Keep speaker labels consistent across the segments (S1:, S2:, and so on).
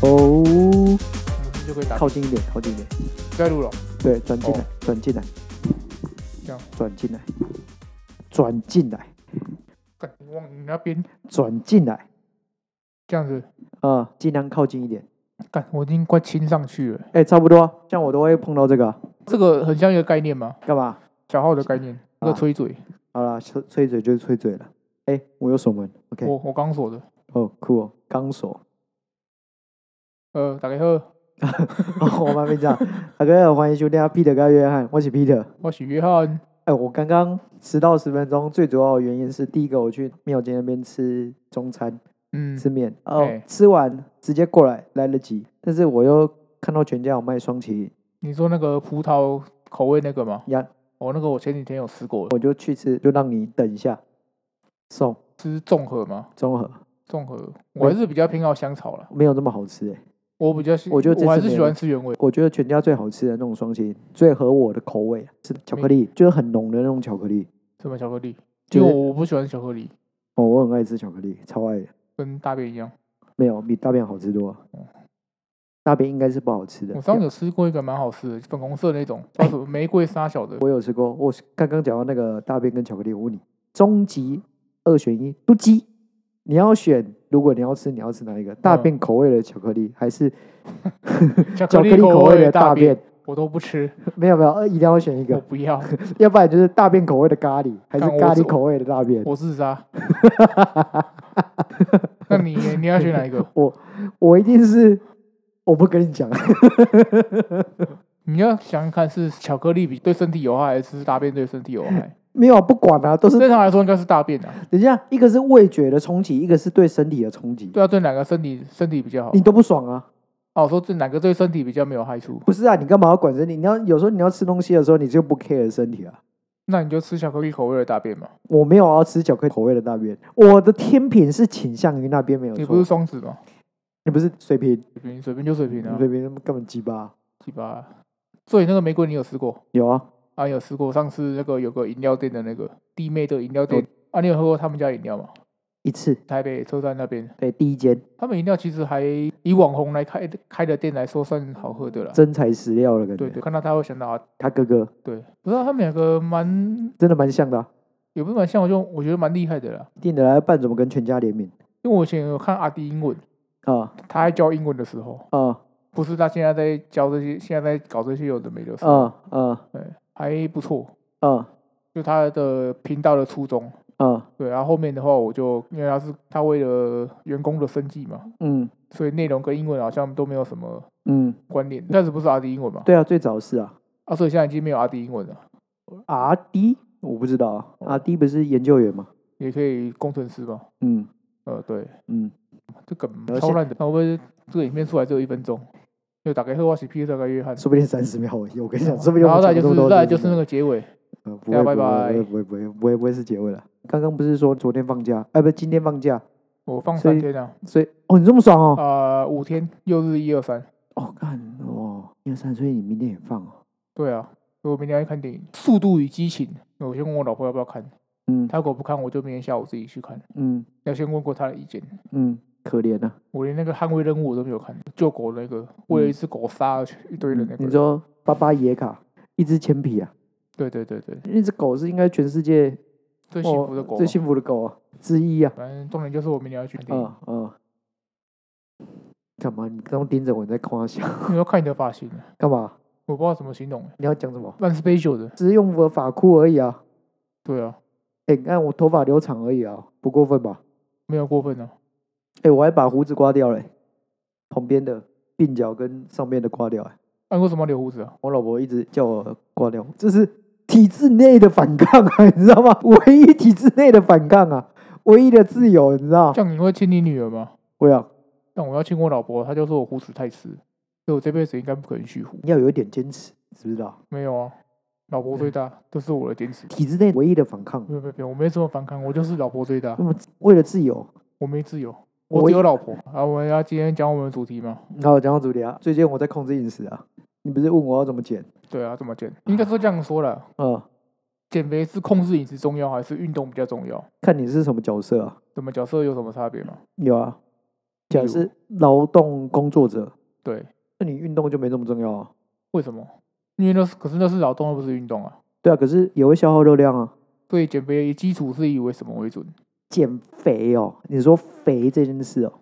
S1: 哦
S2: 打
S1: 靠近一点，靠近一点，
S2: 在录了。
S1: 对，转进
S2: 哦
S1: 来，转进来
S2: 这样，
S1: 转进来，转进来，
S2: 干往你那边
S1: 转进来，
S2: 这样子，
S1: 呃，尽量靠近一点。
S2: 干我已经快亲上去了。
S1: 哎，差不多，像我都会碰到这个，啊
S2: 这个很像一个概念嘛，
S1: 干嘛？
S2: 小号的概念，一个
S1: 啊
S2: 吹嘴。
S1: 好了，吹吹嘴就是吹嘴了。哎，我有锁门，OK，
S2: 我我刚说的，
S1: 哦，酷哦，钢锁。
S2: 呃，大家好，
S1: 哦，我慢慢讲，大家好，欢迎收听啊 Peter 跟约翰，我是 Peter。
S2: 我是约翰。
S1: 哎，我刚刚迟到十分钟，最主要的原因是，第一个我去庙街那边吃中餐，
S2: 嗯，
S1: 吃面，哦，
S2: 哎
S1: 吃完直接过来来得及，但是我又看到全家有卖双麒麟，
S2: 你说那个葡萄口味那个吗？
S1: 呀，
S2: 哦，那个我前几天有吃过，
S1: 我就去吃，就让你等一下，送
S2: 吃综合嘛，
S1: 综合
S2: 综合我还是比较偏好香草啦。
S1: 没有那么好吃、欸，
S2: 我比较喜，
S1: 我觉得这
S2: 我还
S1: 次
S2: 是
S1: 没
S2: 喜
S1: 有
S2: 欢吃原味。
S1: 我觉得全家最好吃的那种双麒麟，最合我的口味啊是巧克力，就是很浓的那种巧克力，
S2: 什么巧克力？
S1: 就
S2: 因
S1: 是
S2: 为我不喜欢巧克力，
S1: 哦，我很爱吃巧克力，超爱的，
S2: 跟大便一样。
S1: 没有比大便好吃多了
S2: 嗯，
S1: 大便应该是不好吃的
S2: 我，上次有吃过一个蛮好吃的，粉红色那种，叫什么玫瑰沙小的。
S1: 我有吃过，我刚刚讲到那个大便跟巧克力，我问你，终极二选一，嘟鸡，你要选，如果你要吃，你要吃哪一个？大便口味的巧克力，还是
S2: 巧
S1: 巧
S2: 克
S1: 克力口
S2: 口
S1: 味的
S2: 的
S1: 大
S2: 便
S1: 便？
S2: 我都不吃，
S1: 没有没有，呃一定要选一
S2: 我
S1: 个，
S2: 不要，
S1: 要不然就是大便口味的咖喱，还是
S2: 干我
S1: 咖
S2: 是
S1: 喱口味的大便？
S2: 我自杀。 那你你要选哪一个？
S1: 我一定是，我不跟你讲，
S2: 你要想想看，是巧克力比对身体有害，还是大便对身体有害？
S1: 没有不管啊，都是
S2: 正常来说应该是大便啊。
S1: 等一下，一个是味觉的冲击，一个是对身体的冲击，
S2: 对啊，对哪个身体身体比较好
S1: 你？都不爽啊。
S2: 哦，我说这哪个对身体比较没有害处？
S1: 不是啊，你干嘛要管身体？你要有时候你要吃东西的时候，你就不 care 身体啊。
S2: 那你就吃巧克力口味的大便嘛。
S1: 我没有要吃巧克力口味的那边，我的天平是倾向于那边没有
S2: 你
S1: 错
S2: 不是。双子吗？
S1: 你不是水平，
S2: 水平水平就水平啊
S1: 水，平根本鸡巴。
S2: 鸡巴。所以那个玫瑰你有吃过
S1: 有啊，
S2: 啊？你有吃过？上次那个有个饮料店的那个弟妹的饮料店啊，你有喝过他们家饮料吗？
S1: 一次，
S2: 台北车站那边，
S1: 对，第一间
S2: 他们饮料其实还以网红来开开的店来说算好喝的啦。
S1: 真材实料的感
S2: 对
S1: 觉。
S2: 对，看到他会想到啊，
S1: 他哥哥
S2: 对，不知道他们两个蛮
S1: 真的蛮像的啊、
S2: 也不是蛮像，我就我觉得蛮厉害的啦。
S1: 一定的来办怎么跟全家联名
S2: 因为我以前有看阿迪英文，
S1: 啊
S2: 他在教英文的时候，
S1: 啊
S2: 不是他现在在教这些，现在在搞这些有的没的事，
S1: 啊啊
S2: 对，还不错。
S1: 啊
S2: 就他的频道的初衷，
S1: 啊，
S2: 对，然后后面的话我就因为他是他为了员工的生计嘛，
S1: 嗯
S2: 所以内容跟英文好像都没有什么
S1: 嗯，
S2: 关联。但是不是阿迪英文嘛？
S1: 对啊，最早是啊
S2: 啊，所以现在已经没有阿迪英文了，
S1: ，R D 我不知道啊
S2: 哦
S1: ，R D 不是研究员吗？
S2: 也可以工程师嘛。
S1: 嗯
S2: 呃，对，
S1: 嗯，
S2: 这梗
S1: 而且
S2: 超烂的。那我们这个影片出来只有一分钟，就打开后我是 Peter 跟约翰。
S1: 说不定三十秒而已，我跟你讲，说不定
S2: 哦然后
S1: 我
S2: 再
S1: 讲
S2: 就
S1: 这么多
S2: 是，再就是那
S1: 个。
S2: 个结尾，
S1: 呃，不
S2: 大
S1: 会，
S2: 家
S1: 不
S2: 拜
S1: 会，不会，不会，不会，不会是结尾了。刚刚不是说昨天放假，哎，不，今天放假，
S2: 我放
S1: 所
S2: 三
S1: 以
S2: 天啊，
S1: 所以哦，你这么爽哦，
S2: 啊，五天，六日一二三，
S1: 哦，看哦，一二三，所以你明天也放哦，
S2: 对啊，所以我明天要去看电影《速度与激情》，我先问我老婆要不要看，
S1: 嗯
S2: 她如果不看，我就明天下午自己去看，
S1: 嗯
S2: 要先问过她的意见。
S1: 嗯，可怜啊，
S2: 我连那个捍卫任务我都没有看，救狗那个，为了一只狗杀了一堆人那
S1: 嗯
S2: 个。
S1: 你说巴巴野卡，一只铅皮啊，
S2: 对对对对，
S1: 那只狗是应该全世界
S2: 最
S1: 最
S2: 幸福的狗嘛。
S1: 哦最幸福的狗啊之一啊，
S2: 反正重点就是我明天要去看电影。
S1: 啊啊，干嘛？你刚刚盯着我你在夸笑，
S2: 你要看你的发型，啊
S1: 干嘛？
S2: 我不知道怎么形容，欸
S1: 你要讲什么？
S2: 蛮 special 的。
S1: 只是用我的发箍而已啊，
S2: 对啊，
S1: 哎，你看我头发留长而已啊，不过分吧？
S2: 没有过分啊。
S1: 哎，我还把胡子刮掉嘞，旁边的鬓角跟上面的刮掉哎。
S2: 啊，你为什么要留胡子啊？
S1: 我老婆一直叫我挂掉，这是体制内的反抗啊， 你知道吗？唯一体制内的反抗啊，唯一的自由，你知道？
S2: 这样你会亲你女儿吗？
S1: 我要
S2: 但我要亲我老婆，她就说我胡子太湿，所以我这辈子应该不可能蓄胡。
S1: 要有一点坚持，知不知道？
S2: 没有啊，老婆最大，这是我的坚持。
S1: 体制内唯一的反抗，
S2: 没有没有没有，我没什么反抗，我就是老婆最大，
S1: 为了自由。
S2: 我没自由，
S1: 我
S2: 我只有老婆。啊，我们要今天讲我们的主题吗？
S1: 然后讲到主题啊，最近我在控制饮食啊，你不是问我要怎么减？
S2: 对啊，怎么减？应该说这样说了，
S1: 呃，
S2: 减肥是控制饮食重要还是运动比较重要？
S1: 看你是什么角色啊？
S2: 怎么角色有什么差别吗？
S1: 有啊，假
S2: 例如
S1: 设劳动工作者，
S2: 对，
S1: 那你运动就没这么重要啊。
S2: 为什么？因为那是可是那是劳动，又不是运动啊。
S1: 对啊，可是也会消耗热量啊。
S2: 所以减肥的基础是以为什么为准？
S1: 减肥哦，你说肥这件事哦，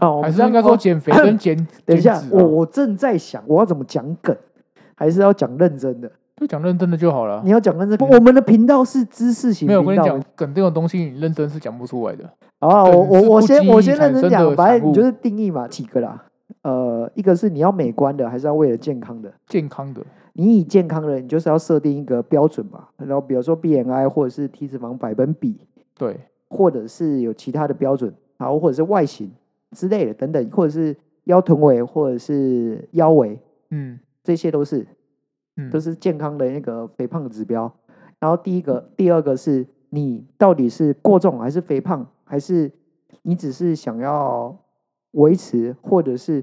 S1: 哦，我
S2: 还
S1: 们
S2: 是
S1: 这样
S2: 应该说 减肥跟减、
S1: 等一下
S2: 减，脂啊
S1: 我我正在想我要怎么讲梗，还是要讲认真的？
S2: 就讲认真的就好了
S1: 你。要讲认真，不
S2: 嗯
S1: 我们的频道是知识型
S2: 没有，我
S1: 频
S2: 跟
S1: 道
S2: 你。讲，梗这种东西你认真是讲不出来的。
S1: 好啊，
S2: 对
S1: 我我
S2: 是
S1: 我
S2: 不
S1: 先
S2: 经
S1: 我
S2: 意
S1: 先
S2: 产
S1: 认真
S2: 生
S1: 讲，
S2: 的
S1: 反正
S2: 产
S1: 你
S2: 物
S1: 就是定义嘛，几个啦。呃，一个是你要美观的，还是要为了健康的？
S2: 健康的，
S1: 你以健康的，你就是要设定一个标准嘛。然后比如说 BMI 或者是体脂肪百分比，
S2: 对，
S1: 或者是有其他的标准，然后或者是外形之类的等等，或者是腰臀围或者是腰围，
S2: 嗯
S1: 这些都是
S2: 嗯，
S1: 都是健康的那个肥胖指标。然后第一个，第二个是你到底是过重还是肥胖，还是你只是想要维持，或者是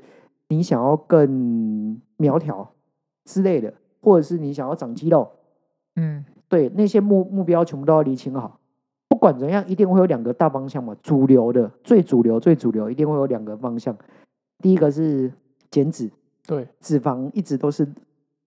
S1: 你想要更苗条之类的，或者是你想要长肌肉，
S2: 嗯
S1: 对那些目目标全部都要理清好。不管怎样，一定会有两个大方向嘛，主流的最主流最主流一定会有两个方向，第一个是减脂，
S2: 对，
S1: 脂肪一直都是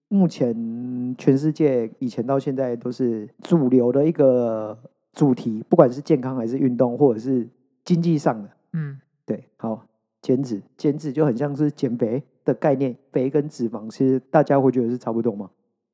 S1: 目前全世界以前到现在都是主流的一个主题，不管是健康还是运动，或者是经济上的。
S2: 嗯
S1: 对，好，减脂，减脂就很像是减肥的概念，肥跟脂肪其实大家会觉得是差不多嘛。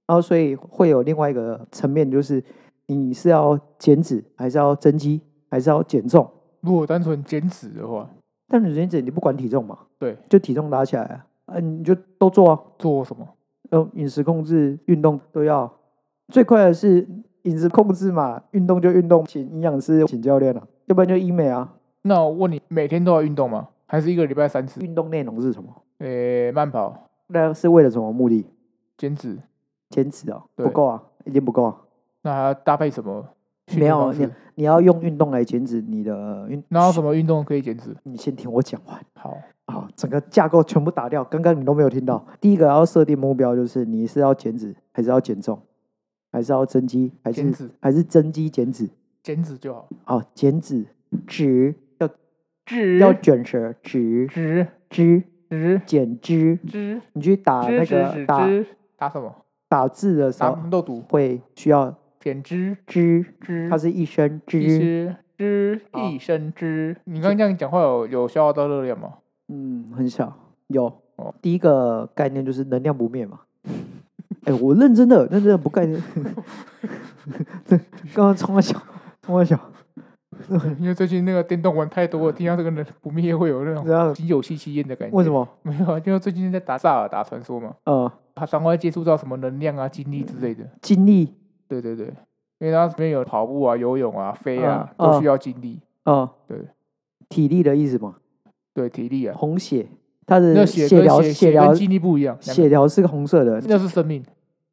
S1: 然后所以会有另外一个层面，就是你是要减脂，还是要增肌，还是要减重？
S2: 如果单纯减脂的话，
S1: 但你减脂你不管体重嘛，
S2: 对，
S1: 就体重拉起来啊，啊你就都做啊，
S2: 做什么？
S1: 呃，饮食控制、运动都要。最快的是饮食控制嘛，运动就运动，请营养师、请教练啊，要不然就医美啊。
S2: 那我问你，每天都要运动吗？还是一个礼拜三次？
S1: 运动内容是什么？
S2: 诶、慢跑、
S1: 那是为了什么目的？
S2: 减脂，
S1: 减脂哦，
S2: 对
S1: 不够啊，一定不够啊。
S2: 那还要搭配什么训
S1: 没
S2: 练
S1: 有
S2: 方式？
S1: 你要用运动来减脂你的运。
S2: 然后什么运动可以减脂？
S1: 你先听我讲完
S2: 好，
S1: 啊，整个架构全部打掉。刚刚你都没有听到。
S2: 嗯
S1: 第一个要设定目标，就是你是要减脂，还是要减重，还是要增肌，还
S2: 减
S1: 是
S2: 脂，
S1: 还是增肌减脂？
S2: 减脂就好。
S1: 好，减脂脂要
S2: 脂
S1: 要卷舌，脂
S2: 脂
S1: 脂
S2: 脂
S1: 减脂，
S2: 脂
S1: 你去打那
S2: 脂
S1: 个
S2: 脂
S1: 打
S2: 脂打什么？
S1: 打字的时
S2: 打
S1: 候
S2: 肉毒，
S1: 会需要
S2: 减脂
S1: 脂，
S2: 脂
S1: 它是一声
S2: 一
S1: 脂，
S2: 只之
S1: 好
S2: 一身之。啊你刚刚这样讲话有有消耗到热量吗？
S1: 嗯，很小有
S2: 哦。
S1: 第一个概念就是能量不灭嘛。 哎，我认真的，认真的不概念。 刚刚冲了小，冲了小，
S2: 因为最近那个电动玩太多了，听到这个人不灭会有那种
S1: 然后
S2: 心有戚戚焉的哦感
S1: 嗯
S2: 觉。
S1: 啊为什？么？
S2: 没有啊，因为最近在打萨尔达传说嘛，
S1: 呃，
S2: 他常会接触到什么能量啊、精力之类的。
S1: 精力，
S2: 对对对，因为它里面有跑步啊、游泳啊、飞啊，
S1: 嗯
S2: 都需要精力，
S1: 呃，
S2: 对，
S1: 体力的意思嘛，
S2: 对体力啊。
S1: 红血，它的
S2: 那血跟
S1: 疗，
S2: 血
S1: 血
S2: 血
S1: 疗
S2: 跟，精力不一样，两个
S1: 血疗是个红色的。
S2: 那是生命。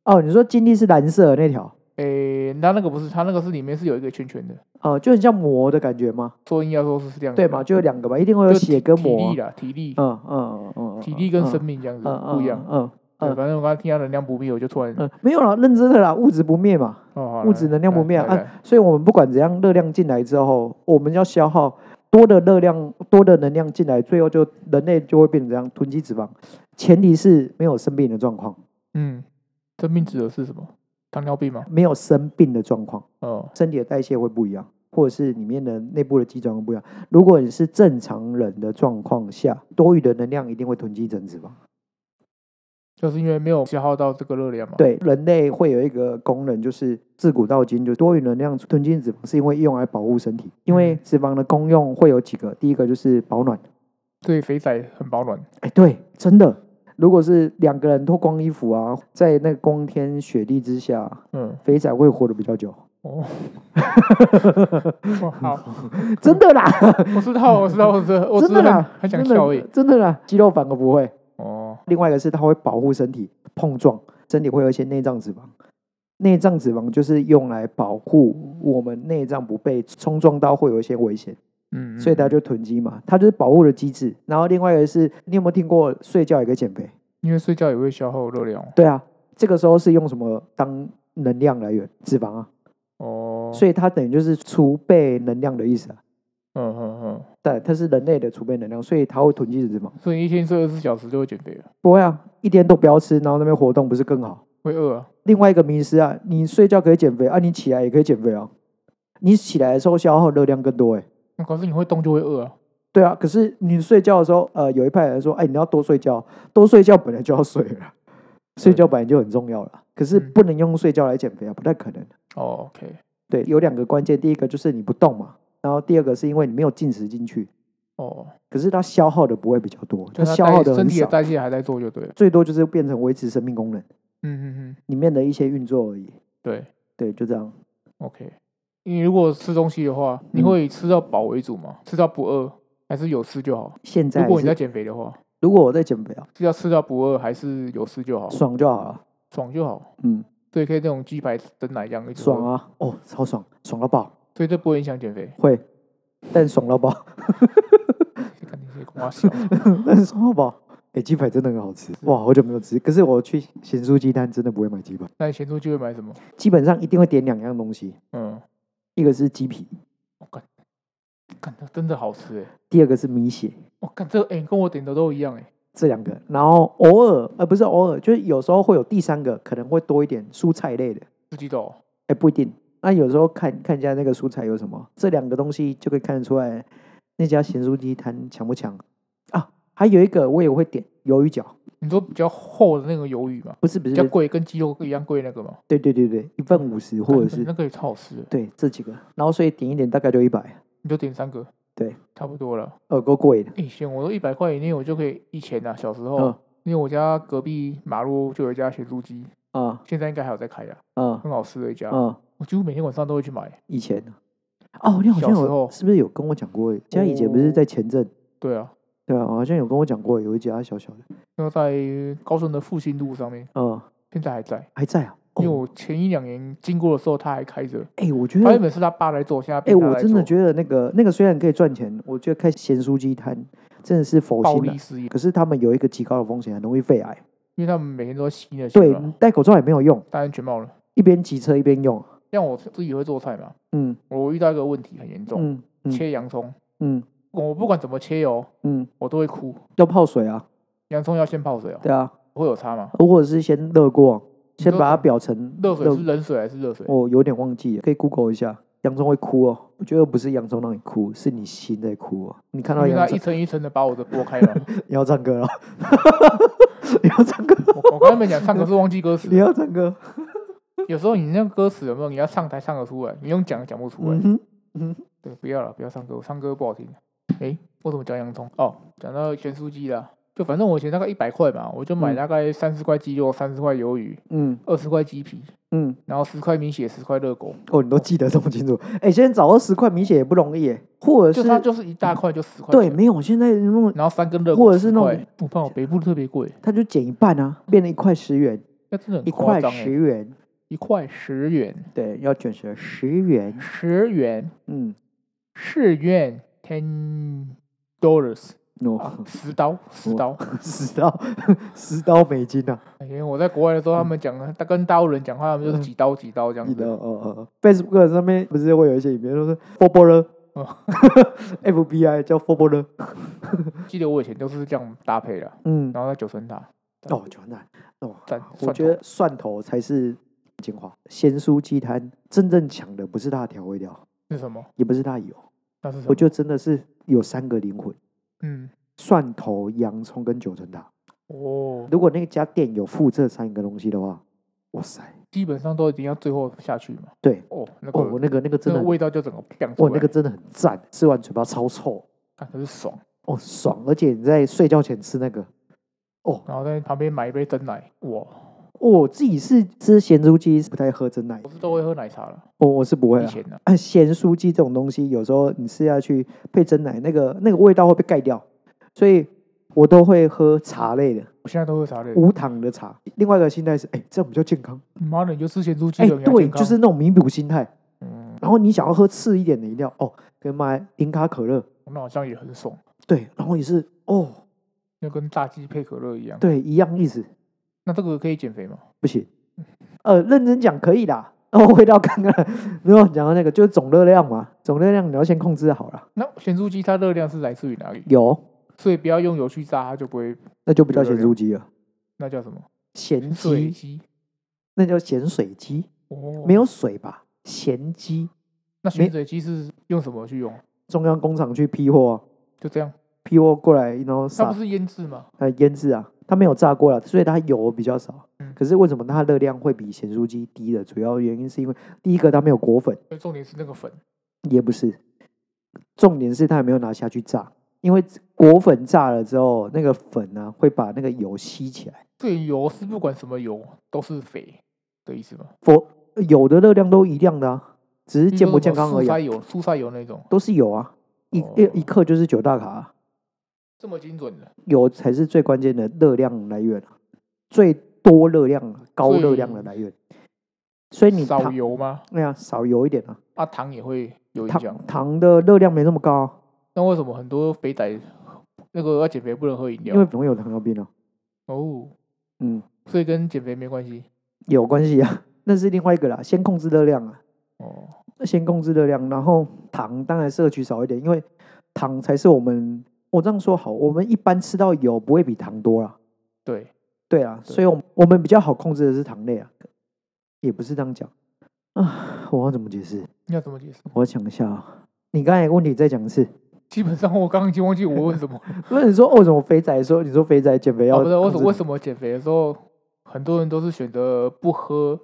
S1: 哦，你说精力是蓝色的那条，
S2: 诶，那那个不是，它那个是里面是有一个圈圈的，
S1: 哦，就很像膜的感觉吗？
S2: 所以应该说是这样子
S1: 对
S2: 的。
S1: 嘛，就有两个嘛，一定会有
S2: 就
S1: 血
S2: 体
S1: 跟
S2: 体
S1: 膜
S2: 力。啦，体力，
S1: 嗯嗯嗯嗯，嗯
S2: 体力跟生命这样子
S1: 嗯嗯
S2: 不一样。
S1: 嗯
S2: 对，
S1: 嗯
S2: 反正我刚刚听到能量不灭，我就突然
S1: 嗯，没有啦，认真的啦，物质不灭嘛，
S2: 哦好
S1: 物质能量不灭啊。
S2: 来来
S1: 啊所以我们不管怎样，热量进来之后，我们要消耗多的热量、多的能量进来，最后就人类就会变成这样囤积脂肪。前提是没有生病的状况，
S2: 嗯，生病指的是什么？糖尿病吗？
S1: 没有生病的状况，
S2: 哦，
S1: 身体的代谢会不一样，或者是里面的内部的机转会不一样。如果你是正常人的状况下，多余的能量一定会囤积成脂肪。
S2: 就是因为没有消耗到这个热量嘛。，
S1: 对，人类会有一个功能，就是自古到今，就多余能量囤积脂肪，是因为用来保护身体。因为
S2: 嗯
S1: 脂肪的功用会有几个，第一个就是保暖。
S2: 所以肥仔很保暖。
S1: 哎，对，真的，如果是两个人脱光衣服啊，在那个光天雪地之下，
S2: 嗯，
S1: 肥仔会活得比较 久。
S2: 哦，哦好，
S1: 真的啦，
S2: 我知道，我知道，我知道，我
S1: 真
S2: 知
S1: 的
S2: 道
S1: 啦
S2: 很，很想
S1: 真的
S2: 笑而已。
S1: 真的啦，肌肉反而不会。
S2: 哦，
S1: 另外一个是它会保护身体碰撞，身体会有一些内脏脂肪。内脏脂肪就是用来保护我们内脏不被冲撞到，会有一些危险。
S2: 嗯，
S1: 所以它
S2: 嗯
S1: 就囤积嘛，它就是保护的机制。然后另外一个是，你有没有听过睡觉也可以减肥？
S2: 因为睡觉也会消耗热量。
S1: 对啊，这个时候是用什么当能量来源？脂肪啊，
S2: 哦，
S1: 所以它等于就是储备能量的意思啊。
S2: 嗯嗯嗯，
S1: 对，它是人类的储备能量，所以它会囤积脂肪。
S2: 所以你一天睡二十四小时就会减肥了，
S1: 不会啊，一天都不要吃，然后那边活动不是更好？
S2: 会饿啊。
S1: 另外一个迷失啊，你睡觉可以减肥啊，你起来也可以减肥啊。你起来的时候消耗热量更多哎、
S2: 嗯可是你会动就会饿啊。
S1: 对啊，可是你睡觉的时候，呃，有一派人说，哎，你要多睡觉，多睡觉本来就要睡了，睡觉本来就很重要了。可是
S2: 嗯
S1: 不能用睡觉来减肥啊，不太可能。
S2: 哦，OK，
S1: 对，有两个关键，第一个就是你不动嘛，然后第二个是因为你没有进食进去，
S2: 哦，
S1: 可是它消耗的不会比较多，它
S2: 就它
S1: 消耗
S2: 代
S1: 的
S2: 身
S1: 很
S2: 体的
S1: 少，
S2: 代谢还在做就对了。
S1: 最多就是变成维持生命功能
S2: 嗯嗯嗯，
S1: 里面的一些运作而已。
S2: 对
S1: 对，就这样。
S2: ，OK。你如果吃东西的话，你
S1: 嗯
S2: 会以吃到饱为主吗？吃到不饿，还是有吃就好？
S1: 现在
S2: 如果你
S1: 是
S2: 在减肥的话，
S1: 如果我在减肥啊，
S2: 是要吃到不饿，还是有吃就好？
S1: 爽就好了，
S2: 爽就好，
S1: 嗯，
S2: 所以可以那种鸡排蒸奶一样一直
S1: 爽
S2: 喝，
S1: 啊，哦，超爽，爽到爆，
S2: 所以这不会影响减肥。
S1: 会，但爽到爆，
S2: 肯定是瓜小，
S1: 但爽到爆。哎、鸡排真的很好吃，哇，好久没有吃。可是我去咸酥鸡摊真的不会买鸡排，
S2: 那你咸猪鸡会买什么？
S1: 基本上一定会点两样东西，
S2: 嗯，
S1: 一个是鸡皮，
S2: 看这真的好吃哎！
S1: 第二个是米血，
S2: 我看这哎、跟我点的都一样哎。
S1: 这两个。然后偶尔，呃，不是偶尔，就是有时候会有第三个，可能会多一点蔬菜类的，
S2: 四季豆
S1: 哎、不一定。那有时候看看一下那个蔬菜有什么，这两个东西就可以看得出来那家咸酥鸡摊强不强啊。还有一个我也会点鱿鱼饺，
S2: 你说比较厚的那个鱿鱼嘛，
S1: 不是不
S2: 比
S1: 是
S2: 较，贵，跟鸡肉一样贵那个嘛，
S1: 对对对对，一份五十或者
S2: 干那
S1: 是
S2: 个也超好吃的，
S1: 对这几个，然后所以点一点大概就一百，
S2: 你就点三个，
S1: 对，
S2: 差不多了。
S1: 呃，够贵的。
S2: 以前哎我都一百块以内我就可以，以前啊小时候，
S1: 嗯
S2: 因为我家隔壁马路就有一家咸猪鸡，
S1: 啊
S2: 现在应该还有在开啊，
S1: 啊
S2: 很好吃的一家，
S1: 啊！
S2: 我几乎每天晚上都会去买。
S1: 以前呢哦，你好像
S2: 小时
S1: 有
S2: 候
S1: 是不是有跟我讲过？家以前不是在前镇，
S2: 对啊，
S1: 对啊，好像有跟我讲过有一家小小的，
S2: 就在高雄的复兴路上面，
S1: 嗯，
S2: 现在还在。
S1: 还在啊。
S2: 哦因为
S1: 哦，
S2: 我前一两年经过的时候，他还开着。
S1: 哎，我觉
S2: 他
S1: 得
S2: 原本是他爸来做，现在
S1: 哎、
S2: 变他
S1: 我
S2: 来
S1: 真的
S2: 做
S1: 觉得那个那个虽然可以赚钱，我觉得开咸酥鸡摊真的是佛
S2: 暴
S1: 心的
S2: 力，事业，
S1: 可是他们有一个极高的风险，很容易肺癌。
S2: 因为他们每天都在吸那些
S1: 对
S2: 嘛，，
S1: 戴口罩也没有用，
S2: 戴安全帽了。
S1: 一边骑车一边用。
S2: 像我自己会做菜嘛，
S1: 嗯
S2: 我遇到一个问题很严重，
S1: 嗯嗯
S2: 切洋葱，
S1: 嗯
S2: 我不管怎么切哦，
S1: 嗯，
S2: 我都会哭。
S1: 要泡水啊，
S2: 洋葱要先泡水哦，
S1: 对啊，
S2: 会有差吗？
S1: 或者是先热过，
S2: 你
S1: 先
S2: 说
S1: 把它
S2: 怎
S1: 表层
S2: 热水是冷水还是热水？
S1: 我有点忘记了，可以 Google 一下。洋葱会哭哦，我觉得不是洋葱让你哭，是你心在哭哦。你看
S2: 因
S1: 到
S2: 为它
S1: 洋
S2: 一
S1: 葱，
S2: 层一层的把我的剥开了。
S1: 你要唱歌了，你要唱歌，
S2: 我我刚才没讲唱歌是忘记歌词
S1: 你
S2: 了，
S1: 要唱歌。
S2: 有时候你那个歌词有没有？你要上台唱得出来，你用讲讲不出来
S1: 嗯。哼，嗯哼，
S2: 对，不要了，不要唱歌，我唱歌不好听。诶，我怎么讲洋葱？哦，讲到咸酥鸡啦，就反正我以前大概一百块嘛，我就买
S1: 嗯
S2: 大概三十块鸡肉、三十块鱿鱼、
S1: 嗯
S2: 二十块鸡皮，
S1: 嗯。
S2: 然后十块米血、十块热狗，
S1: 哦，你都记得这么清楚？哎、现在找二十块米血也不容易耶，或者
S2: 就是它就是一大块就十块
S1: 对，
S2: 钱，
S1: 没有，现在那种
S2: 然后三根热狗
S1: 或者是那种
S2: 10块，我怕我北部特别贵，
S1: 他就减一半啊，变成一块十元，
S2: 那真的很
S1: 一
S2: 夸
S1: 块
S2: 张
S1: 十
S2: 诶，
S1: 元，
S2: 一块十元，
S1: 对，要卷舌十元，
S2: 十元，
S1: 嗯，
S2: 十元，ten dollars，啊
S1: 哦，
S2: 十刀，十
S1: 我
S2: 刀。
S1: 十刀十刀美金啊，
S2: 因为我在国外的时候，他们讲，他跟大陆人讲话，他们就是
S1: 嗯
S2: 几刀几刀这样
S1: 你的
S2: 子。
S1: 哦哦哦，Facebook 上面不是会有一些影片，都是 f o b o l
S2: 哦
S1: FBI 叫 f o b o l
S2: 记得我以前都是这样搭配的，
S1: 嗯，
S2: 然后在九层塔
S1: 哦，就那哦，
S2: 蘸
S1: 我
S2: 蒜
S1: 觉
S2: 头
S1: 得蒜头才是精华，咸酥鸡摊真正强的不是它的调味料，
S2: 是什么？
S1: 也不是它的油。
S2: 那是什么？啊
S1: 我觉得真的是有三个灵魂：
S2: 嗯，
S1: 蒜头、洋葱跟九层塔。
S2: 哦，
S1: 如果那家店有附这三个东西的话，哇塞！
S2: 基本上都一定要最后下去嘛。
S1: 对，
S2: 哦，那个、
S1: 哦，我那个那个
S2: 那
S1: 真的
S2: 个
S1: 很，
S2: 味道就整个变出
S1: 哦
S2: 来，，
S1: 那个真的很赞，吃完嘴巴超臭，
S2: 看可是爽。
S1: 哦，爽！而且你在睡觉前吃那个，哦，
S2: 然后在旁边买一杯真奶，哇，
S1: 哦我自己是吃咸酥鸡，不太喝真奶
S2: 我，是都会喝奶茶了，
S1: 我、我是不会
S2: 以
S1: 啊。
S2: 前呢、
S1: 啊，咸酥鸡这种东西，有时候你吃下去配真奶，那个那个味道会被盖掉，所以我都会喝茶类的，
S2: 我现在都喝茶类的。
S1: 无糖的茶。另外一个心态是，哎、这样比较健康。
S2: 妈的，你就吃咸猪鸡
S1: 哎、
S2: 了，你还
S1: 对，
S2: 健康
S1: 就是那种弥补心态。
S2: 嗯，
S1: 然后你想要喝次一点的饮料，哦，可以买零卡可乐，
S2: 那好像也很爽，
S1: 对，然后也是哦，
S2: 就跟炸鸡配可乐一样。
S1: 对，一样意思，
S2: 那这个可以减肥吗？
S1: 不行。呃，认真讲可以啦，哦，回到刚刚 的，如果讲到那个，就是总热量嘛，总热量你要先控制好了。
S2: 那咸酥鸡它热量是来自于哪里？
S1: 有，
S2: 所以不要用油去炸，它就不会
S1: 那就不叫咸猪鸡了，
S2: 那叫什么
S1: 咸鸡，
S2: 水鸡
S1: 那叫咸水鸡，
S2: 哦。
S1: 没
S2: 有，
S1: 有水吧？咸鸡，
S2: 那
S1: 没
S2: 咸水鸡是用什么去用？
S1: 中央工厂去批货啊，
S2: 就这样，
S1: 批货过来，然后
S2: 它
S1: 撒
S2: 不是腌制吗？
S1: 呃腌制啊，它没有炸过了，所以它油比较少
S2: 嗯。
S1: 可是为什么它热量会比咸猪鸡低的？主要原因是因为第一个它没有裹粉，
S2: 所以重点是那个粉，
S1: 也不是，重点是它也没有拿下去炸，因为裹粉炸了之后，那个粉呢、会把那个油吸起来，
S2: 所以油是不管什么油都是肥的意思吗？
S1: 否有的热量都一样的啊，只是
S2: 比如
S1: 健不
S2: 说
S1: 健
S2: 什么
S1: 康而已
S2: 蔬
S1: 啊、
S2: 菜油、蔬菜油那种，
S1: 都是有啊，一
S2: 哦
S1: 一一克就是九大卡、啊，
S2: 这么精准的，
S1: 有才是最关键的热量来源啊、最多热量啊、高
S2: 所以
S1: 热量的来源，所以你
S2: 嗯少
S1: 糖
S2: 油吗？
S1: 哎呀少油一点啊，
S2: 啊，糖也会有影响
S1: 糖。糖的热量没那么高啊、
S2: 那为什么很多肥仔那个要减肥不能喝饮料
S1: 因？为容易有糖尿病啊，
S2: 哦，
S1: 嗯，
S2: 所以跟减肥没关系。
S1: 有关系啊， 那是另外一个啦，先控制热量啊。
S2: 哦，
S1: 先控制热量，然后糖当然摄取少一点，因为糖才是我们我这样说好，我们一般吃到油不会比糖多啦，
S2: 对，
S1: 对啊，
S2: 对
S1: 所以我们我们比较好控制的是糖类啊，也不是这样讲啊，我要怎么解释？
S2: 你要怎么解释？
S1: 我要想一下啊，你刚才问题再讲一次，
S2: 基本上我刚刚已经忘记我问什么了。
S1: 不是你说为什么肥仔说你说肥仔减肥要
S2: 啊，不是为什
S1: 控
S2: 么
S1: 制
S2: 为什么减肥的时候，很多人都是选择不喝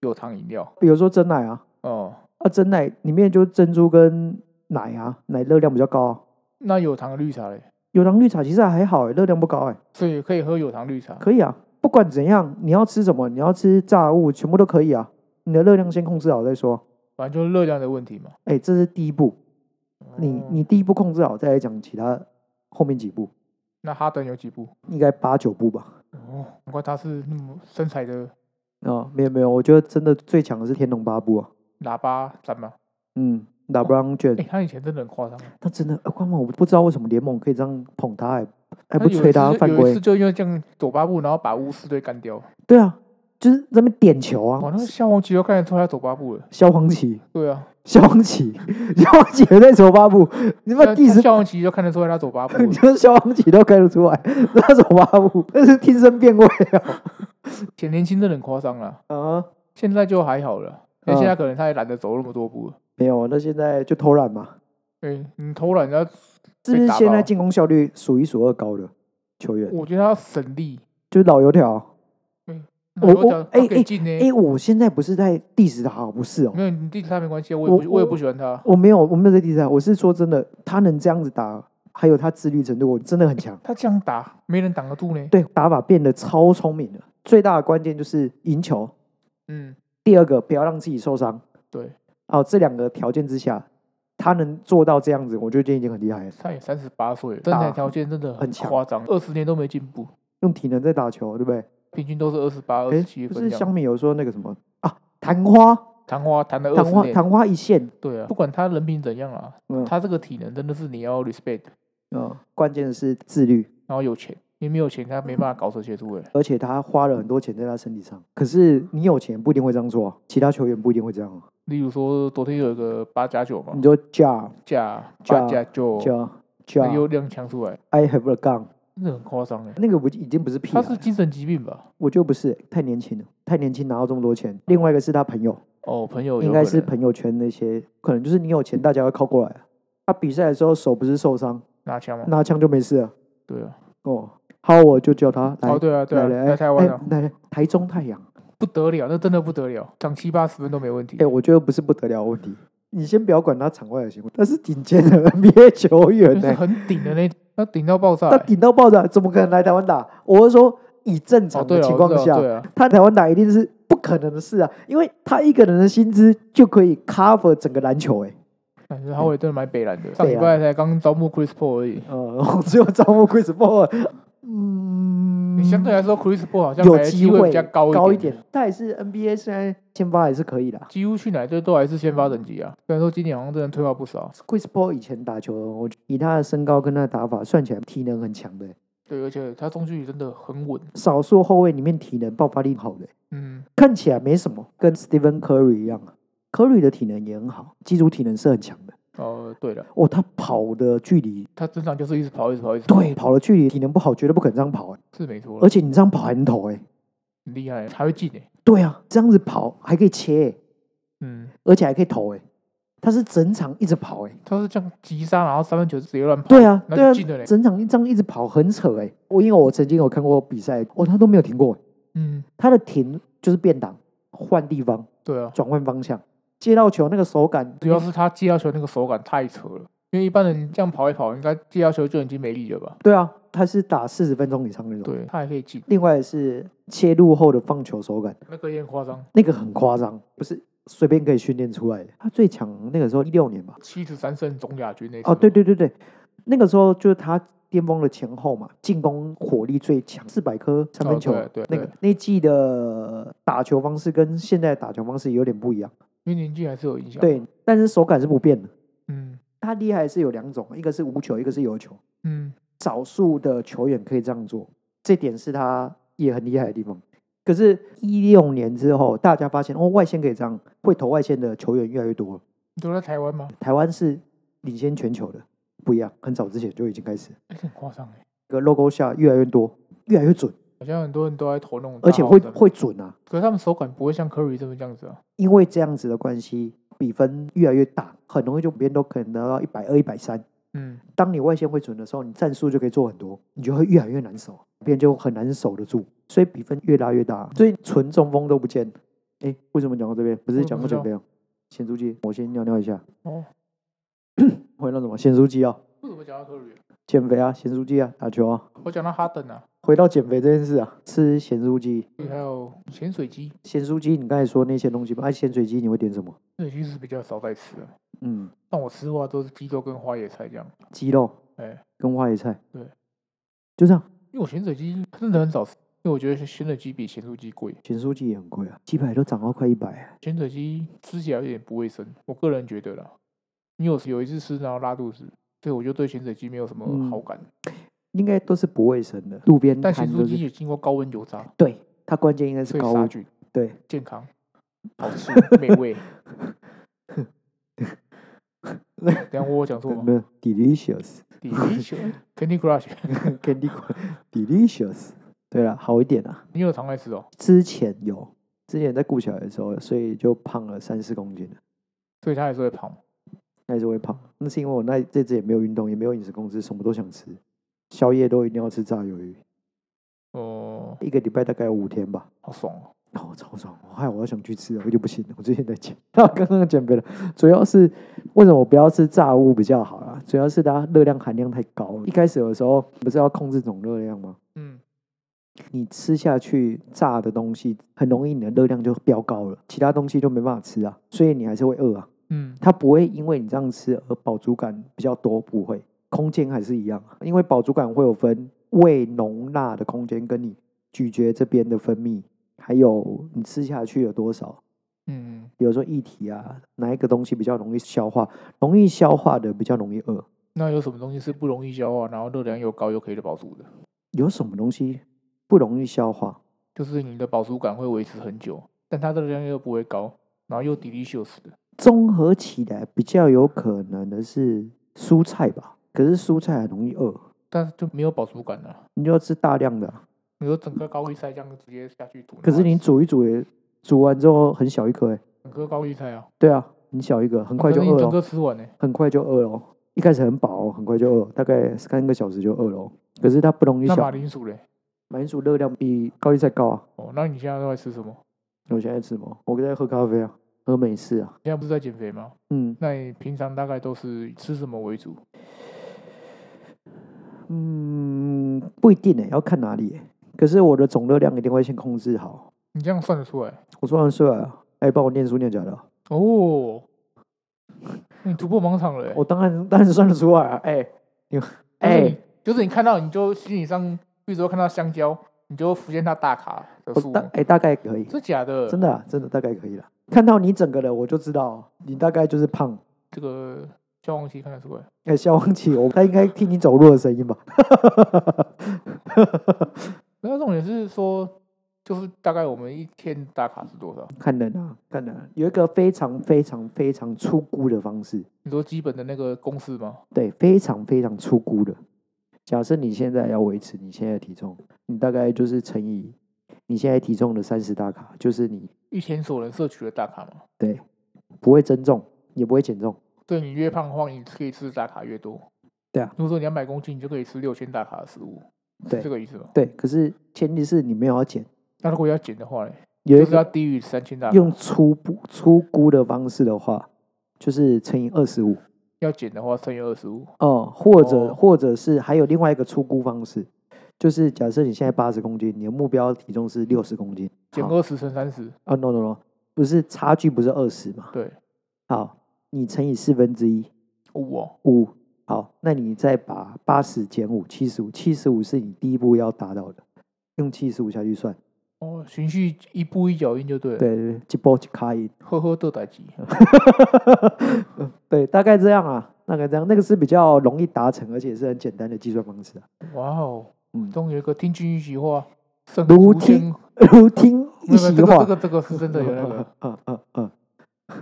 S2: 有糖饮料？
S1: 比如说真奶啊，
S2: 哦，
S1: 啊真奶里面就是珍珠跟奶啊，奶热量比较高、啊，
S2: 那有糖的绿茶嘞，
S1: 有糖绿茶其实还好、欸，热量不高哎、
S2: 所以可以喝有糖绿茶。
S1: 可以啊，不管怎样，你要吃什么，你要吃炸物，全部都可以啊。你的热量先控制好再说。
S2: 反正就是热量的问题嘛。
S1: 哎、这是第一步，你
S2: 哦
S1: 你第一步控制好，再来讲其他后面几步，
S2: 那哈登有几步？
S1: 应该八九步吧。
S2: 哦，难怪他是那么身材的
S1: 啊、没有没有，我觉得真的最强的是天龙八部啊。
S2: 喇叭三嘛。
S1: 嗯，打 brown 卷
S2: 哎、，他以前真的很夸张啊，
S1: 他真的，哎、光我不知道为什么联盟可以这样捧他、哎，还
S2: 他
S1: 不
S2: 啊有一
S1: 吹
S2: 次
S1: 他
S2: 就
S1: 犯
S2: 有一
S1: 规
S2: 次。就因为这样走八步，然后把巫师队干掉。
S1: 对啊，就是在那边点球
S2: 哇，
S1: 啊，
S2: 那个消防局都看得出来他走八步了。
S1: 萧煌奇，
S2: 对啊，
S1: 萧煌奇， 萧煌奇也在走八步，你
S2: 那
S1: 们第十
S2: 消防局就看得出来他走八步 了
S1: 你。就是消防旗都开得出来，那种八五，那是天生变味啊！
S2: 前年轻真的很夸张了，
S1: 啊，
S2: 现在就还好了。那
S1: 嗯
S2: 现在可能他也懒得走那么多步了。
S1: 没有，那现在就偷懒嘛，
S2: 哎、你偷懒，然后
S1: 是不
S2: 被
S1: 是
S2: 打
S1: 现在
S2: 爆
S1: 进攻效率数一数二高的球员？
S2: 我觉得他省力。
S1: 就是老油条。我我哎
S2: 哎
S1: 哎
S2: 哎进呢
S1: 哎、？我现在不是在 diss 他哦，不是哦
S2: 没，有，你弟他没关系啊，我
S1: 我
S2: 也不我也
S1: 我
S2: 不喜欢他。
S1: 我没有，我没有在 diss 他，我是说真的，他能这样子打，还有他自律程度，我真的很强。
S2: 他这样打，没人挡得住呢。
S1: 对，打法变得超聪明了。最大的关键就是赢球，
S2: 嗯，
S1: 第二个不要让自己受伤。
S2: 对，
S1: 哦，这两个条件之下，他能做到这样子，我就觉得已经很厉害了。
S2: 他也三十八岁了，身材
S1: 打
S2: 条件真的
S1: 很
S2: 很
S1: 强
S2: 夸张，二十年都没进步，
S1: 用体能在打球，对不对？
S2: 平均都是二十八、二
S1: 诶
S2: 十七
S1: 不
S2: 分
S1: 是
S2: 这
S1: 香
S2: 样。
S1: 米有说那个什么啊，昙花，
S2: 昙花谈了二
S1: 昙
S2: 十
S1: 花，
S2: 年，
S1: 昙花一现，
S2: 对啊，不管他人品怎样啊，
S1: 嗯，
S2: 他这个体能真的是你要 respect，
S1: 嗯，关键的是自律，
S2: 然后有钱，你没有钱他没办法搞这些出来。
S1: 而且他花了很多钱在他身体上。可是你有钱不一定会这样做啊，其他球员不一定会这样啊。
S2: 例如说昨天有一个八加九嘛
S1: 你，啊说 Ja
S2: 加
S1: 加
S2: 八加九，
S1: Ja
S2: 那又
S1: Ja，I
S2: 踉跄出来，
S1: 啊 have a gun，
S2: 欸真的很夸张哎。
S1: 那个不已经不是屁啊
S2: 他
S1: 孩
S2: 是
S1: 了，
S2: 精神疾病吧？
S1: 我就不是太年轻了，太年轻拿到这么多钱。另外一个是他朋友，
S2: 哦，朋友有
S1: 应该
S2: 可
S1: 是
S2: 能
S1: 朋友圈那些，可能就是你有钱，大家会靠过来啊。他比赛的时候手不是受伤，
S2: 拿枪嘛？
S1: 拿枪就没事了。
S2: 对啊，
S1: 哦，好，我就叫他来
S2: 哦对啊对
S1: 来
S2: 啊，
S1: 来哎
S2: 来台湾啊，
S1: 来来台中太阳，
S2: 不得了，那真的不得了，涨七八十分都没问题
S1: 哎、。我觉得不是不得了的问题。你先不要管他场外的行为，他是顶尖的 NBA 球员
S2: 就
S1: 呢、
S2: 是很顶的那，那顶到爆炸
S1: 他
S2: 欸。
S1: 顶到爆炸，怎么可能来台湾打？我是说，以正
S2: 哦，
S1: 常
S2: 对
S1: 的
S2: 了，
S1: 情
S2: 我
S1: 况
S2: 知道
S1: 下，
S2: 对啊，
S1: 他台湾打一定是不可能的事啊，因为他一个人的薪资就可以 cover 整个篮球、欸，哎，
S2: 感觉他会真的蛮北蓝的。
S1: 嗯
S2: 上
S1: 北
S2: 礼
S1: 蓝
S2: 拜才刚招募 Chris Paul 而已，
S1: 呃，我只有招募 Chris Paul，嗯，
S2: 你相对来说 Chris Paul 好像
S1: 有
S2: 还
S1: 机
S2: 会比较高
S1: 高
S2: 一
S1: 一，点，他也是 NBA 现在先发还是可以啦。
S2: 几乎去哪队都还是先发等级啊。虽然说今年好像真的退化不少，
S1: Chris Paul 以前打球，我以他的身高跟他的打法算起来，体能很强的欸、
S2: 对，而且他中距离真的很稳，
S1: 少数后卫里面体能爆发力好的，
S2: 嗯，
S1: 看起来没什么，跟 Stephen Curry 一样啊。Curry 的体能也很好，基础体能是很强的。
S2: 哦，对了，
S1: 哦，他跑的距离，
S2: 他正常就是一直跑，一直跑，一直跑，
S1: 对，跑的距离体能不好，绝对不可能这样跑、欸。
S2: 是没错
S1: 而
S2: 了，
S1: 且你这样跑还能投哎、
S2: 很厉害，还会进诶，
S1: 对啊，这样子跑还可以切、欸，
S2: 嗯，
S1: 而且还可以投哎、他是整场一直跑哎、
S2: 他是这样急杀，然后三分球直接乱跑，
S1: 对啊，
S2: 哦那
S1: 对啊
S2: 就，进了嘞，
S1: 整场这样一直跑很扯哎、我因为我曾经有看过比赛，哦，他都没有停过欸、
S2: 嗯，
S1: 他的停就是变挡、换地方、
S2: 对啊，
S1: 转换方向，接到球那个手感，
S2: 主要是他接到球那个手感太扯了，因为一般人这样跑一跑，应该接到球就已经没力了吧？
S1: 对啊，他是打四十分钟以上那种。
S2: 对，他还可以进，
S1: 另外是切入后的放球手感，
S2: 那个也很夸张，
S1: 那个很夸张，不是随便可以训练出来的。他最强那个时候一六年吧？
S2: 七十三胜总亚军那次
S1: 哦，对，对对对，那个时候就是他巅峰的前后嘛，进攻火力最强，四百颗三分球。
S2: 哦对对
S1: 那
S2: 对
S1: 个那一季的打球方式跟现在的打球方式有点不一样，
S2: 因为年纪还是有影响，，
S1: 对，但是手感是不变的。
S2: 嗯
S1: 他厉害是有两种，一个是无球，一个是有球。
S2: 嗯，
S1: 少数的球员可以这样做，这点是他也很厉害的地方。可是，一六年之后，大家发现哦，外线可以这样，会投外线的球员越来越多了。
S2: 你都在台湾吗？
S1: 台湾是领先全球的，不一样，很早之前就已经开始，
S2: 哎，这很夸张哎，
S1: 这个 logo 下越来越多，越来越准，
S2: 好像很多人都在投那种，
S1: 而且会，会准啊，
S2: 可是他们手感不会像 Curry 这么这样子啊，
S1: 因为这样子的关系，比分越来越大，很容易就别人都可能得到一百二、一百三。
S2: 嗯，
S1: 当你外线会准的时候，你战术就可以做很多，你就会越来越难守，别人就很难守得住，所以比分越拉越大，所以纯中锋都不见。哎，为什么讲到这边？不是讲过
S2: 我
S1: 减
S2: 不知
S1: 肥哦，咸猪鸡，我先尿尿一下。
S2: 哦，
S1: 回到什么？咸猪鸡哦，
S2: 为什么讲到 Curry？啊
S1: 减肥啊，咸猪鸡啊，打球啊。
S2: 我讲到哈登啊，
S1: 回到减肥这件事啊，吃咸猪鸡，
S2: 还有潜水机，
S1: 咸猪鸡，你刚才说那些东西吧。哎、咸水鸡你会点什么？
S2: 潜水机是比较少在吃的，
S1: 嗯，
S2: 但我吃的话都是鸡肉跟花椰菜这样，
S1: 鸡肉
S2: 哎，
S1: 跟花椰菜。
S2: 对，
S1: 就这样。
S2: 因为我潜水机真的很少吃，因为我觉得潜水机比咸酥鸡贵，
S1: 咸猪鸡也很贵啊，鸡排都涨到快一百、啊。
S2: 潜水机吃起来有点不卫生，我个人觉得啦。因为我有一次吃然后拉肚子，所以我就对潜水机没有什么
S1: 嗯
S2: 好感。
S1: 应该都是不卫生的，路边
S2: 但
S1: 摊
S2: 咸
S1: 都
S2: 酥
S1: 是
S2: 鸡也经过高温油炸，
S1: 对，它关键应该是
S2: 所以
S1: 高
S2: 杀
S1: 温。
S2: 菌、
S1: 对，
S2: 健康、好吃、美味。等一下我有讲错 吗
S1: 没有 delicious
S2: ？Delicious，Candy Crush，
S1: candy corn- delicious。对了，好一点啊。
S2: 你有常来吃哦？
S1: 之前有，之前在顾小的时候，所以就胖了三四公斤了，
S2: 所以它还是会胖。
S1: 那是会胖。那是因为我那这次也没有运动，也没有饮食控制，什么都想吃，宵夜都一定要吃炸鱿鱼，
S2: 哦、
S1: 一个礼拜大概有五天吧。
S2: 好爽哦！
S1: 哦，超爽！我害我要想去吃了，我就不行了。我最近在减， 那刚刚减肥了，主要是为什么我不要吃炸物比较好啦？主要是它热量含量太高了。一开始有的时候不是要控制总热量吗？
S2: 嗯，
S1: 你吃下去炸的东西，很容易你的热量就飙高了，其他东西就没办法吃啊，所以你还是会饿啊。
S2: 嗯，
S1: 它不会因为你这样吃而饱足感比较多，不会，空间还是一样啊，因为饱足感会有分胃容纳的空间跟你咀嚼这边的分泌，还有你吃下去有多少。
S2: 嗯，
S1: 比如说液体啊，哪一个东西比较容易消化？容易消化的比较容易饿。
S2: 那有什么东西是不容易消化，然后热量又高又可以饱足的？
S1: 有什么东西不容易消化？
S2: 就是你的饱足感会维持很久，但它的热量又不会高，然后又 delicious 的。
S1: 综合起来比较有可能的是蔬菜吧，可是蔬菜很容易饿，
S2: 但是就没有饱足感了、
S1: 你就要吃大量的啊、
S2: 你说整个高丽菜这样直接下去煮，
S1: 可是你
S2: 然后
S1: 煮一煮也，煮完之后很小一颗、欸，
S2: 整个高丽菜啊，
S1: 对啊，很小一个，很快就
S2: 可是你
S1: 饿
S2: 整
S1: 了，
S2: 个吃完呢、
S1: 很快就饿了哦。一开始很饱哦，很快就饿了，大概三个小时就饿了哦。可是它不容易
S2: 那马
S1: 消，
S2: 铃薯嘞？
S1: 马铃薯热量比高丽菜高啊。
S2: 哦，那你现在都在吃什么？
S1: 我现在吃什么？我在喝咖啡啊，喝美式啊。
S2: 现在不是在减肥吗？
S1: 嗯
S2: 那你平常大概都是吃什么为主？
S1: 嗯，不一定诶、要看哪里、欸。可是我的总热量一定会先控制好。
S2: 你这样算得出来
S1: 我说完睡啊，哎、帮我念书念假的啊，
S2: 哦？你突破盲场了、欸，
S1: 我当然当然算得出来啊。哎、 你哎、
S2: 就是你就是你看到你就心理上，比如说看到香蕉，你就浮现它大卡的
S1: 我
S2: 数
S1: 大
S2: 目
S1: 哎、，大概可以，
S2: 是假的？
S1: 哦真的啊、真的大概可以了。看到你整个的，我就知道你大概就是胖。
S2: 这个消亡期看得出来。
S1: 哎、消防器，我他应该听你走路的声音吧？
S2: 没有重点是说，就是大概我们一天打卡是多少？
S1: 看人啊，看人啊、有一个非常非常非常出估的方式，
S2: 你说基本的那个公式吗？
S1: 对，非常非常出估的。假设你现在要维持你现在的体重，你大概就是乘以你现在体重的三十大卡，就是你
S2: 一天所能摄取的大卡嘛。
S1: 不会增重，也不会减重。
S2: 对你越胖的话，你可以吃的大卡越多。
S1: 对啊
S2: 如果说你两百公斤，你就可以吃六千大卡的食物，
S1: 对
S2: 是这个意思吗？
S1: 对，可是前提是你没有要减，
S2: 那如果要减的话嘞，
S1: 有一
S2: 就是要
S1: 个
S2: 低于三千大卡。
S1: 用粗估粗估的方式的话，就是乘以二十五，
S2: 要减的话，乘以二十五，
S1: 哦，或者、
S2: 哦
S1: 或者是还有另外一个出估方式，就是假设你现在八十公斤，你的目标体重是六十公斤，
S2: 减
S1: 好
S2: 二十乘三十，
S1: 啊、no no no，不是差距不是二十嘛？
S2: 对，
S1: 好，你乘以四分之一
S2: 五哦，
S1: 五，好，那你再把八十减五，七十五，七十五是你第一步要达到的，用七十五下去算，
S2: 哦，循序一步一脚印就对了。，
S1: 对对，对一波一卡一，
S2: 呵呵，豆 仔鸡，
S1: 对，大概这样啊，大概这样，那个是比较容易达成，而且是很简单的计算方式啊，
S2: 哇哦，
S1: 嗯，
S2: 终于有一个听君一席话，胜
S1: 如
S2: 读千
S1: 听如听一
S2: 没有没有
S1: 席
S2: 这
S1: 话
S2: 个这。个这个是真的有那 个，
S1: 嗯嗯嗯，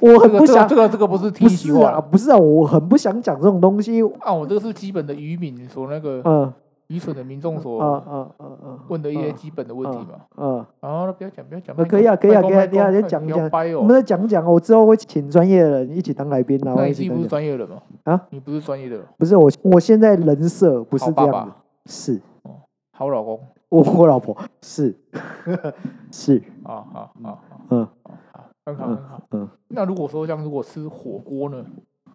S1: 我
S2: 这
S1: 很
S2: 个
S1: 不
S2: 这个
S1: 想
S2: 这，个这个不是听
S1: 不
S2: 一席
S1: 是
S2: 话
S1: 啊，不是啊，我很不想讲这种东西。
S2: 啊，我这个是基本的渔民所那个
S1: 嗯
S2: 愚蠢的民众
S1: 嗯
S2: 所
S1: 嗯嗯嗯，
S2: 问的一些基本的问题嘛。
S1: 嗯，
S2: 啊，那不要讲，不要讲
S1: 呃，
S2: 麦
S1: 可以啊
S2: 克
S1: 可以啊
S2: 麦
S1: 可以
S2: 克
S1: 啊等一下
S2: 麦克
S1: 再讲
S2: 麦克
S1: 一下
S2: 不要掰
S1: 我
S2: 哦
S1: 们再讲讲，我之后会请专业的人一起当来宾啊，
S2: 那
S1: 我
S2: 你
S1: 一
S2: 自
S1: 起
S2: 己不
S1: 当
S2: 是。专业人吗？
S1: 啊，
S2: 你不是专业的人，
S1: 不是我，我现在人设不是
S2: 好
S1: 这
S2: 爸
S1: 样子
S2: 爸，，
S1: 是
S2: 好老公
S1: 我我老婆 是是，
S2: 啊，好好好，
S1: 嗯，
S2: 好，很好
S1: 嗯
S2: 很好。
S1: 嗯，
S2: 那如果说像如果吃火锅呢，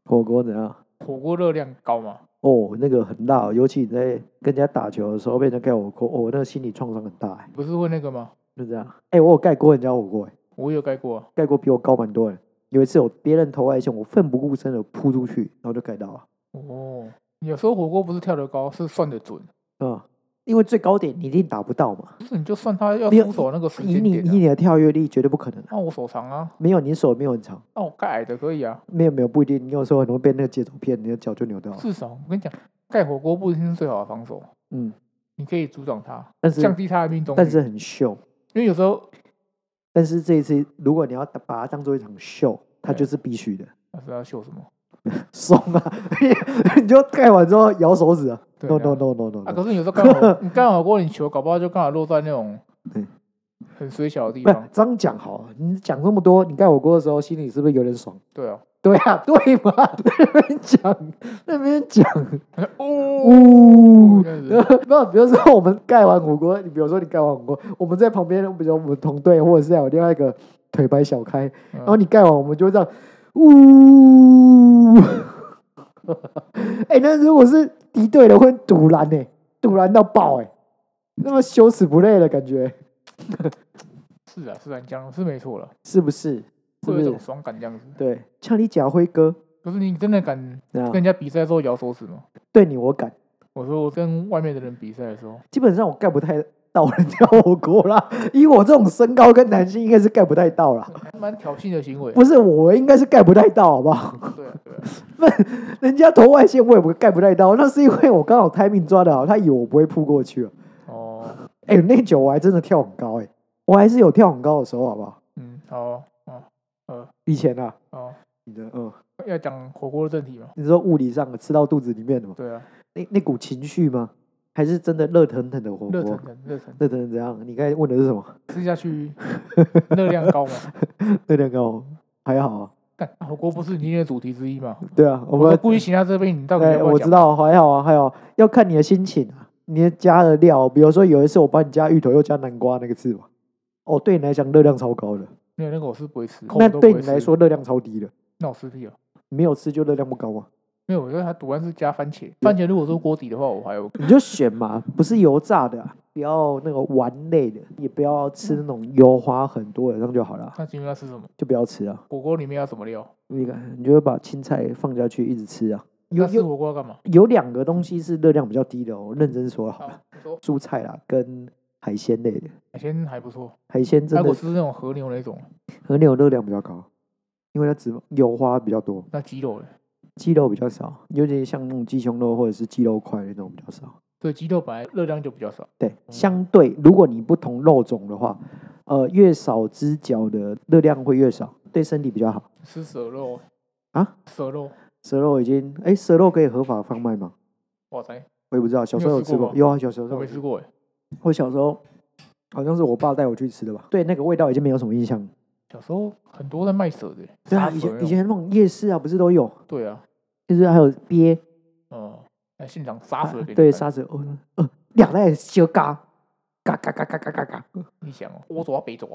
S1: 火锅怎样？
S2: 火锅热量高嘛？
S1: 哦，那个很大哦，尤其你在跟人家打球的时候被人家盖火锅，哦，那个心理创伤很大哎，
S2: 不是会那个吗？
S1: 就这样。哎，我有盖过人家火锅哎。
S2: 我也有盖过啊，
S1: 盖过比我高蛮多人。有一次有别人投外线，我奋不顾身的扑出去，然后就盖到了。
S2: 哦，有时候火锅不是跳得高，是算得准，
S1: 嗯，因为最高点你一定打不到嘛，
S2: 不是你就算他要
S1: 没有
S2: 出手那个时
S1: 以
S2: 间
S1: 你
S2: 点、
S1: 以
S2: 啊，
S1: 你的跳跃力绝对不可能的。
S2: 那我手长啊，
S1: 没有，你手没有很长，
S2: 那我盖矮的可以啊，
S1: 没有没有不一定。你有时候很容易被那个节奏骗，你的脚就扭到了。
S2: 至少我跟你讲，盖火锅不一定是最好的防守，
S1: 嗯，
S2: 你可以阻挡他，
S1: 但
S2: 降
S1: 是
S2: 低他的命中率。
S1: 但是很秀。
S2: 因为有时候
S1: 但是这一次如果你要把它当做一场秀，它
S2: 对
S1: 就是必须的。
S2: 那啊是要秀什么？
S1: 松啊， 你就盖完之后摇手指啊
S2: 对
S1: ！No
S2: 然后
S1: no no no no，,
S2: 啊，可是有时候刚 好你刚好过你球，搞不好就刚好落在那种
S1: 对
S2: 很水小的地
S1: 不是
S2: 方。
S1: 这样讲好了。你讲这么多，你盖火锅的时候心里是不是有点爽？
S2: 对啊，
S1: 对啊，对嘛， 在那边讲，在那边讲，
S2: 哦，
S1: 呜呃
S2: 这，样子
S1: 没有，比如说我们盖完火锅，你比如说你盖完火锅，我们在旁边，比如说我们同队，或者是还有另外一个腿白小开，然后
S2: 嗯
S1: 你盖完，我们就会这样，呜， 哎、那如果是敌对的，会堵拦呢，堵拦到爆哎、那么羞耻不累的感觉，
S2: 是啊，是啊，你讲的是没错了，
S1: 是不是？是不
S2: 会有一
S1: 是
S2: 种？爽感这样子。
S1: 对，像你假辉哥
S2: 可是你真的敢
S1: 那
S2: 跟
S1: 样，
S2: 人家比赛的时候摇手指吗？
S1: 对你我敢。
S2: 我说我跟外面的人比赛的时候，
S1: 基本上我盖不太到人家火锅啦。 以我这种身高跟男性，应该是盖不太到啦。
S2: 还蛮挑衅的行为。
S1: 不是我，应该是盖不太到，好不好？
S2: 对啊，对啊，
S1: 人家投外线，我也不盖不太到，那是因为我刚好 timing 抓得好，他以为我不会扑过去了。
S2: 哦，
S1: 哎、那球我还真的跳很高、哎，我还是有跳很高的时候，好不好？
S2: 嗯，好，哦，
S1: 以前啊，
S2: 哦，
S1: 你的嗯，
S2: 要讲火锅的正题嘛？
S1: 你说物理上的吃到肚子里面的吗？
S2: 对啊，
S1: 那那股情绪吗？还是真的热腾腾的火
S2: 热腾
S1: 锅？
S2: 腾，热腾腾，
S1: 热腾腾怎样？你刚才问的是什么？
S2: 吃下去热量高嘛？
S1: 热腾高还好啊，
S2: 干，火锅不是你今天的主题之一嘛？
S1: 对啊，我
S2: 我
S1: 们
S2: 说故意请他这边，你到底
S1: 哎、
S2: 要不要
S1: 我知
S2: 讲？
S1: 道，还好啊，还好，要看你的心情啊，你加的料，比如说有一次我帮你加芋头，又加南瓜那个字嘛，哦，对你来讲热量超高的，
S2: 没有那个我是不会吃，
S1: 那
S2: 我都不
S1: 对
S2: 会
S1: 你来
S2: 吃，
S1: 说热量超低的，
S2: 那我吃屁了。
S1: 没有吃就热量不 高嘛，
S2: 没有，我觉得他赌完是加番茄，番茄如果说锅底的话，我还有
S1: 你就选嘛，不是油炸的啊、不要那个丸类的，也不要吃那种油花很多的，这样就好了啊，
S2: 看今天要吃什么，
S1: 就不要吃啊，
S2: 火锅里面要什么料？
S1: 你看，你就会把青菜放下去一直吃啊，有
S2: 那吃
S1: 有
S2: 火锅要干嘛？
S1: 有两个东西是热量比较低的、哦，我认真说好了，
S2: 好，你说
S1: 蔬菜啦跟海鲜类的，
S2: 海鲜还不错，
S1: 海鲜
S2: 那
S1: 真
S2: 如
S1: 的
S2: 果吃那种和牛那种，
S1: 和牛热量比较高，因为它脂肪油花比较多。
S2: 那鸡肉嘞？
S1: 鸡肉比较少，尤其像那种鸡胸肉或者是鸡肉块那种比较少。
S2: 对，鸡肉本来热量就比较少，
S1: 对，相对如果你不同肉种的话，呃，越少只脚的热量会越少，对身体比较好。
S2: 吃蛇肉
S1: 啊，
S2: 蛇肉，
S1: 蛇肉已经，哎，蛇肉可以合法贩卖吗？
S2: 哇塞，
S1: 我也不知道，小时候有
S2: 你有
S1: 吃
S2: 吃过
S1: 过，
S2: 吗
S1: 有啊，小时候
S2: 我没
S1: 有
S2: 吃过哎，
S1: 我小时候好像是我爸带我去吃的吧，对那个味道已经没有什么印象了。
S2: 小时候很多在卖蛇的，
S1: 对啊，
S2: 杀
S1: 以
S2: 蛇
S1: 前
S2: 那
S1: 以
S2: 种，
S1: 前那种夜市啊，不是都有，
S2: 对啊，
S1: 就是还有鳖，
S2: 嗯，在现场杀蛇
S1: 啊
S2: 给你
S1: 对，
S2: 看，
S1: 杀蛇，哦，呃，两袋小嘎，嘎嘎嘎嘎嘎嘎嘎，
S2: 你想哦，我抓北抓，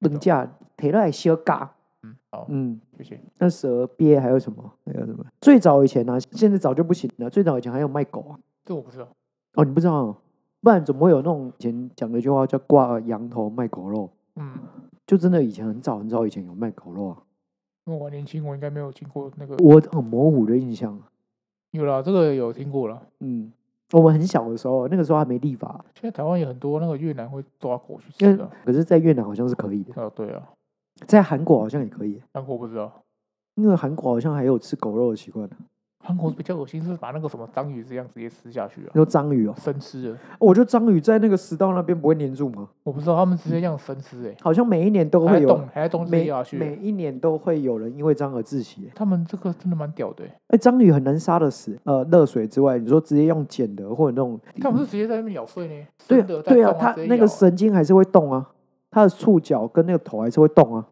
S2: 那
S1: 等
S2: 种
S1: 价提来小嘎，
S2: 嗯，好，
S1: 嗯，
S2: 谢谢，
S1: 那蛇鳖还有什么？还有什么？最早以前呢、啊，现在早就不行了。最早以前还有卖狗啊，
S2: 这我不知道，
S1: 哦，你不知道、哦，不然怎么会有那种以前讲的一句话叫挂羊头卖狗肉？
S2: 嗯，
S1: 就真的以前很早很早以前有卖狗肉啊，
S2: 因为我还年轻，我应该没有经过那个，
S1: 我很模糊的印象啊。
S2: 有啦，这个有听过啦。
S1: 嗯，我们很小的时候，那个时候还没立法，
S2: 现在台湾有很多那个越南会抓狗去
S1: 因
S2: 吃
S1: 为
S2: 啊，
S1: 可是，在越南好像是可以的，
S2: 哦，对啊，
S1: 在韩国好像也可以，
S2: 韩国不知道，
S1: 因为韩国好像还有吃狗肉的习惯、啊，
S2: 韩国比较恶心，是把那个什么章鱼这样直接吃下去啊，
S1: 说章鱼哦、
S2: 生吃的，
S1: 我觉得章鱼在那个食道那边不会粘住吗？
S2: 我不知道他们直接这样生吃哎、
S1: 好像每一嗯年都
S2: 还
S1: 会
S2: 在
S1: 有啊
S2: 动，，还在动直接
S1: 每
S2: 咬下去
S1: 每
S2: 欸。
S1: 一年都会有人因为章而窒息、欸。
S2: 他们这个真的蛮屌的欸、
S1: 哎、章鱼很难杀得死，呃，热水之外，你说直接用剪的或者那种，
S2: 他们是直接在那边咬碎呢。
S1: 对
S2: 生的
S1: 啊
S2: 在
S1: 对啊，
S2: 动
S1: 它
S2: 直接
S1: 那
S2: 咬
S1: 个神经还是会动啊，它的触角跟那个头还是会动啊，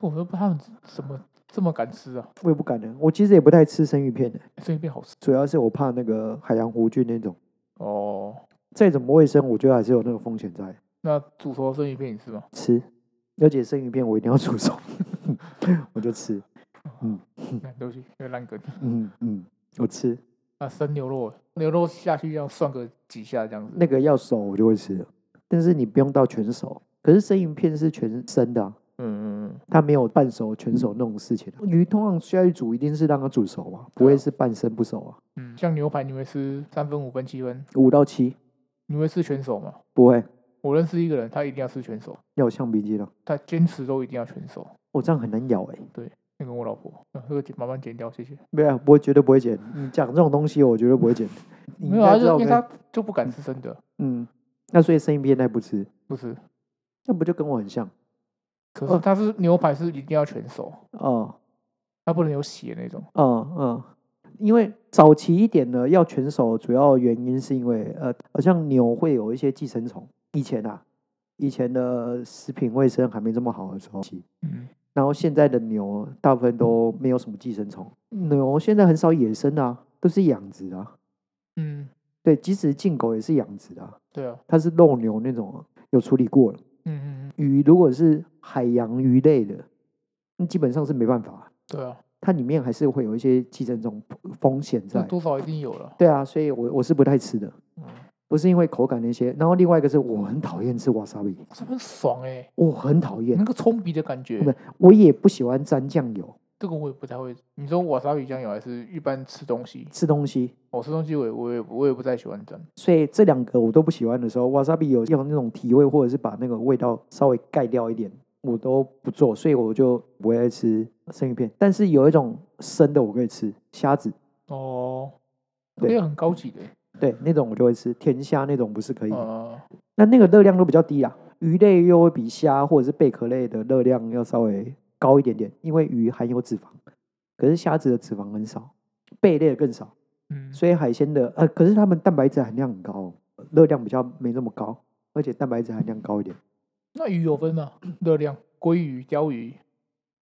S2: 我说他们怎么这么敢吃啊？
S1: 我也不敢的、我其实也不太吃生鱼片的、
S2: 生鱼片好吃
S1: 主要是我怕那个海洋弧菌那种，
S2: 哦。
S1: 再怎么卫生，我觉得还是有那个风险在。
S2: 那煮熟的生鱼片你吃吗？
S1: 吃，而且生鱼片我一定要煮熟， 我就吃。
S2: 那对不起，那个烂梗。
S1: 嗯嗯，我吃
S2: 那生牛肉欸，牛肉下去要涮个几下这样子。
S1: 那个要熟我就会吃了，但是你不用到全熟。可是生鱼片是全生的啊、
S2: 嗯嗯嗯，
S1: 它没有半熟、全熟那种事情啊。鱼通常需要去煮，一定是让它煮熟嘛，不会是半生不熟啊。
S2: 嗯，像牛排你会吃三分、五分、七分，
S1: 五到七
S2: 你会吃全手吗？
S1: 不会，
S2: 我认识一个人，他一定要吃全手，
S1: 要有橡皮筋了。
S2: 他坚持都一定要全手。
S1: 我、这样很难咬哎、欸，
S2: 那个我老婆，嗯这个剪慢慢剪掉，谢谢。
S1: 没有，我绝对不会剪。你讲这种东西，我绝对不会剪。你
S2: 没有
S1: 应
S2: 啊，
S1: 该
S2: 就
S1: 知道
S2: 因
S1: 我
S2: 为
S1: 跟
S2: 他就不敢吃生的，
S1: 嗯，那所以生鱼片那不吃，
S2: 不是。
S1: 那不就跟我很像
S2: 可
S1: 哦
S2: 是他是牛排是一定要全熟，
S1: 哦？
S2: 它不能有血那种。
S1: 嗯嗯，因为早期一点呢，要全熟，主要原因是因为呃，好像牛会有一些寄生虫。以前啊，以前的食品卫生还没这么好的时候，
S2: 嗯，
S1: 然后现在的牛大部分都没有什么寄生虫，牛现在很少野生啊，都是养殖啊。
S2: 嗯，
S1: 对，即使进口也是养殖的啊、
S2: 对啊，
S1: 它是肉牛那种啊、有处理过了。
S2: 嗯嗯嗯，
S1: 鱼如果是海洋鱼类的，那基本上是没办法啊、
S2: 对啊，
S1: 它里面还是会有一些寄生虫风险
S2: 这
S1: 在。
S2: 多少一定有了。
S1: 对啊，所以我我是不太吃的，
S2: 嗯，
S1: 不是因为口感那些。然后另外一个是我很讨厌吃 wasabi，
S2: 这很爽哎、
S1: 我很讨厌
S2: 那，个冲鼻的感觉，
S1: 对我也不喜欢沾酱油
S2: 这个我也不太会。你说瓦沙比酱油还是一般吃东西？
S1: 吃东西，
S2: 我吃东西我也我也我也不太喜欢沾。
S1: 所以这两个我都不喜欢的时候，wasabi 有用那种提味或者是把那个味道稍微盖掉一点，我都不做，所以我就不会爱吃生鱼片。但是有一种生的我可以吃，虾子，
S2: 哦，
S1: 对
S2: 那个很高级的、
S1: 对那种我就会吃，甜虾那种不是可以的。
S2: 呃，
S1: 那那个热量都比较低啦，鱼类又会比虾或者是贝壳类的热量要稍微高一点点，因为鱼含有脂肪，可是虾子的脂肪很少，贝类的更少，
S2: 嗯，
S1: 所以海鲜的呃，可是它们蛋白质含量很高哦，热量比较没那么高，而且蛋白质含量高一点。
S2: 那鱼有分吗？热量，鲑鱼、鲷鱼，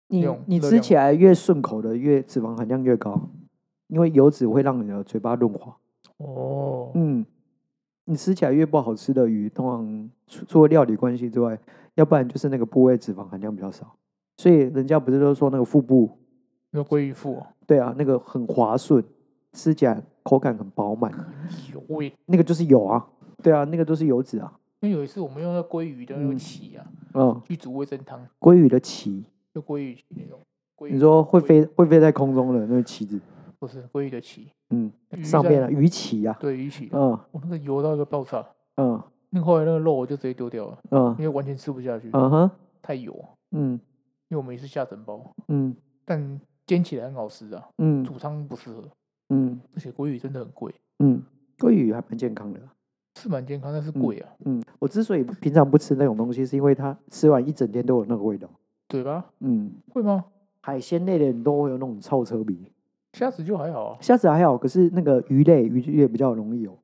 S1: 你
S2: 用
S1: 你
S2: 热
S1: 吃
S2: 量
S1: 起来越顺口的，越脂肪含量越高，因为油脂会让你的嘴巴润滑。
S2: 哦，
S1: 嗯，你吃起来越不好吃的鱼，通常除除了料理关系之外，要不然就是那个部位脂肪含量比较少。所以人家不是都说那个腹部，
S2: 那鲑鱼腹哦，
S1: 对啊，那个很滑顺，吃起来口感很饱满，
S2: 有味。
S1: 那个就是油啊，对啊，那个就是油脂啊。
S2: 因为有一次我们用那鲑鱼的那个
S1: 嗯
S2: 鳍啊，
S1: 嗯，
S2: 去煮味噌汤，
S1: 鲑鱼的鳍，
S2: 就鲑鱼鳍那种。鲑
S1: 你
S2: 鱼
S1: 说会
S2: 鲑
S1: 飞会飞在空中的那个旗子，
S2: 不是鲑鱼的鳍，
S1: 嗯，
S2: 鱼
S1: 上面
S2: 在
S1: 啊鱼鳍啊，
S2: 对鱼鳍，
S1: 嗯
S2: 我那个油到一个爆炸，
S1: 嗯
S2: 那个后来那个肉我就直接丢掉了，
S1: 嗯
S2: 因为完全吃不下去，
S1: 嗯哼，
S2: 太油，
S1: 嗯
S2: 因为我们也是下整包，
S1: 嗯，
S2: 但煎起来很好吃啊，
S1: 嗯
S2: 煮汤不适合，
S1: 嗯
S2: 而且鲑鱼真的很贵，
S1: 嗯，鲑鱼还蛮健康的。
S2: 是蛮健康，但是贵啊，
S1: 嗯，我之所以平常不吃那种东西，是因为它吃完一整天都有那个味道。
S2: 对吧？
S1: 嗯，
S2: 会吗？
S1: 海鲜类的你都会有那种臭车鼻，
S2: 虾子就还好啊，
S1: 虾子还好，可是那个鱼类鱼类比较容易有，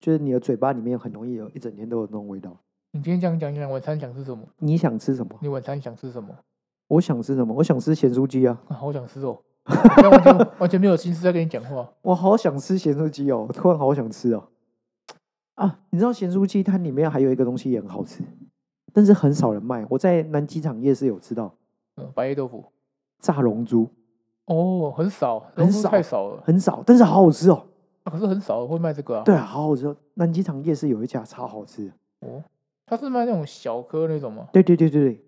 S1: 就是你的嘴巴里面很容易有一整天都有那种味道。
S2: 你今天这样讲，你晚餐想吃什么？
S1: 你想吃什么？
S2: 你晚餐想吃什么？我
S1: 我想吃什么？我想吃咸酥鸡啊！
S2: 好想 吃哦，我现在完全完全没有心思在跟你讲话。
S1: 我好想吃咸酥鸡哦，我突然好想吃哦。啊，你知道咸酥鸡它里面还有一个东西也很好吃，但是很少人卖。我在南机场夜市有吃到
S2: 嗯，白叶豆腐
S1: 炸龙珠，
S2: 哦，很少，
S1: 很
S2: 龙珠
S1: 少
S2: 太少了、
S1: 很少，但是好好吃哦。
S2: 啊可是很少会卖这个啊。
S1: 对啊，好好吃哦。南机场夜市有一家超好吃的，
S2: 它是卖那种小颗那种吗？
S1: 对对对对对。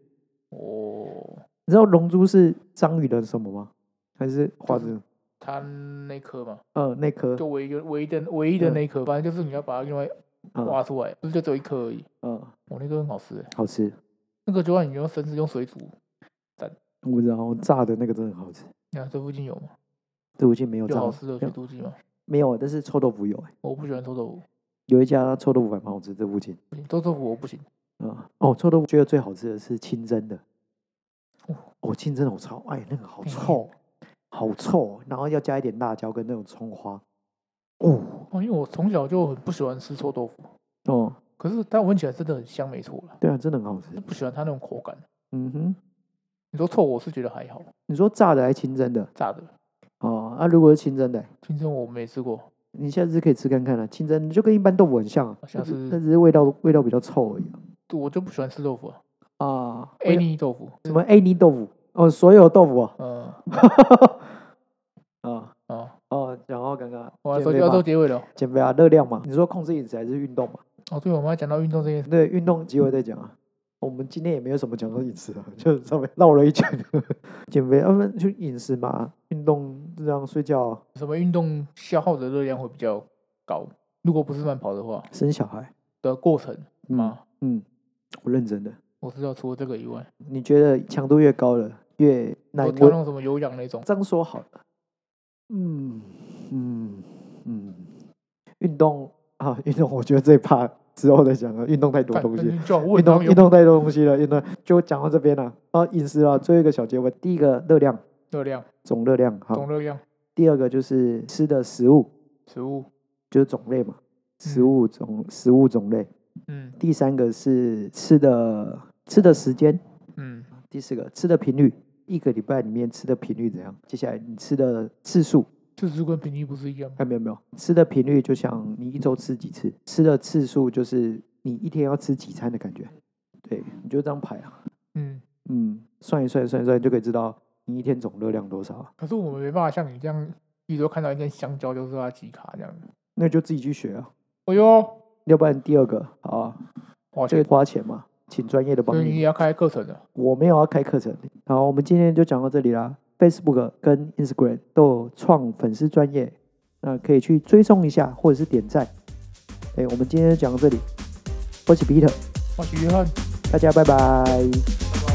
S2: 哦，
S1: 你知道龙珠是章鱼的什么吗？还是花
S2: 就
S1: 子？
S2: 它那颗嘛，
S1: 呃，那颗，
S2: 就唯一唯一的唯一的那一颗，反正就是你要把它另外
S1: 嗯
S2: 挖出来，不是就只有一颗而已。
S1: 嗯，
S2: 我、那个很好吃欸，
S1: 好吃。
S2: 那个就算你用生吃用水煮，
S1: 我不知道，炸的那个真的很好吃。
S2: 你看这附近有吗？
S1: 哦这附近没有
S2: 有
S1: 炸
S2: 好
S1: 的，
S2: 吃的水煮鸡吗？
S1: 没有，但是臭豆腐有、欸。
S2: 我不喜欢臭豆腐，
S1: 有一家臭豆腐还蛮好吃，这附近。
S2: 不行臭豆腐我不行。
S1: 啊、哦，臭豆腐觉得最好吃的是清蒸的
S2: 哦。
S1: 哦，清蒸的我超爱，那个好
S2: 嗯
S1: 臭，哦好臭，哦然后要加一点辣椒跟那种葱花。哦
S2: 哦，因为我从小就很不喜欢吃臭豆腐，
S1: 哦，
S2: 可是它闻起来真的很香，没错啦，
S1: 对啊，真的很好吃
S2: 就。不喜欢它那种口感。
S1: 嗯哼，
S2: 你说臭，我是觉得还好，
S1: 你说炸的还是清蒸的？
S2: 炸的
S1: 哦，啊，如果是清蒸的、
S2: 清蒸我没吃过，
S1: 你下次可以吃看看啊，清蒸就跟一般豆腐很像、啊，
S2: 下
S1: 但是
S2: 次
S1: 但只是味道味道比较臭而已
S2: 我就不喜欢吃豆腐啊。
S1: 啊。啊
S2: A 泥豆腐，
S1: 什么 A 泥豆腐？哦，所有豆腐啊
S2: 嗯，
S1: 啊
S2: 哦，
S1: 哦，然后刚刚
S2: 我
S1: 减
S2: 手
S1: 肥
S2: 机要做
S1: 嘛，
S2: 结尾了。
S1: 减肥啊，热量嘛，你说控制饮食还是运动嘛？
S2: 哦，对，我们要讲到运动这件事，
S1: 对，运动机会再讲啊。我们今天也没有什么讲到饮食啊， 就稍微绕了一圈。 减肥，要啊不然就饮食嘛，运动这样睡觉啊，
S2: 什么运动消耗的热量会比较高？如果不是慢跑的话
S1: 生小孩
S2: 的过程
S1: 嗯
S2: 嘛，
S1: 嗯，我认真的。
S2: 我知道除了这个以外，
S1: 你觉得强度越高了，越难
S2: 我
S1: 为
S2: 挑那种什么有氧那种，
S1: 这样说好了，嗯嗯嗯，运动啊，运动，我觉得最怕之后再讲了，运动太多
S2: 干
S1: 东
S2: 那
S1: 西，
S2: 你叫我
S1: 运
S2: 问
S1: 动
S2: 有
S1: 运动太多东西了，运动就讲到这边了啊，饮食啊，最后一个小结尾，第一个热量，
S2: 热量、
S1: 总热量好
S2: 总，热量、
S1: 第二个就是吃的食物，
S2: 食物，
S1: 就是种类嘛，食物种食物种类，
S2: 嗯
S1: 第三个是吃的吃的时间，
S2: 嗯，
S1: 第四个吃的频率，一个礼拜里面吃的频率怎样？接下来你吃的次数。
S2: 次数跟频率不是一样吗？
S1: 哎，没有没有，吃的频率就像你一周吃几次，吃的次数就是你一天要吃几餐的感觉。对，你就这样排啊，
S2: 嗯，
S1: 嗯，算一算算一算就可以知道你一天总热量多少啊，
S2: 可是我们没办法像你这样，一周看到一根香蕉就是它几卡这样。
S1: 那就自己去学啊。
S2: 哎呦，
S1: 要不然第二个好啊，
S2: 哇
S1: 这
S2: 塞，
S1: 个花钱嘛，请专业的帮
S2: 所以你
S1: 你。
S2: 也要开课程的，
S1: 我没有要开课程。好，我们今天就讲到这里啦。Facebook 跟 Instagram 都有创粉丝专业，那可以去追踪一下或者是点赞。哎，我们今天就讲到这里，我是 Peter，
S2: 我是约翰，
S1: 大家拜拜。
S2: 拜拜。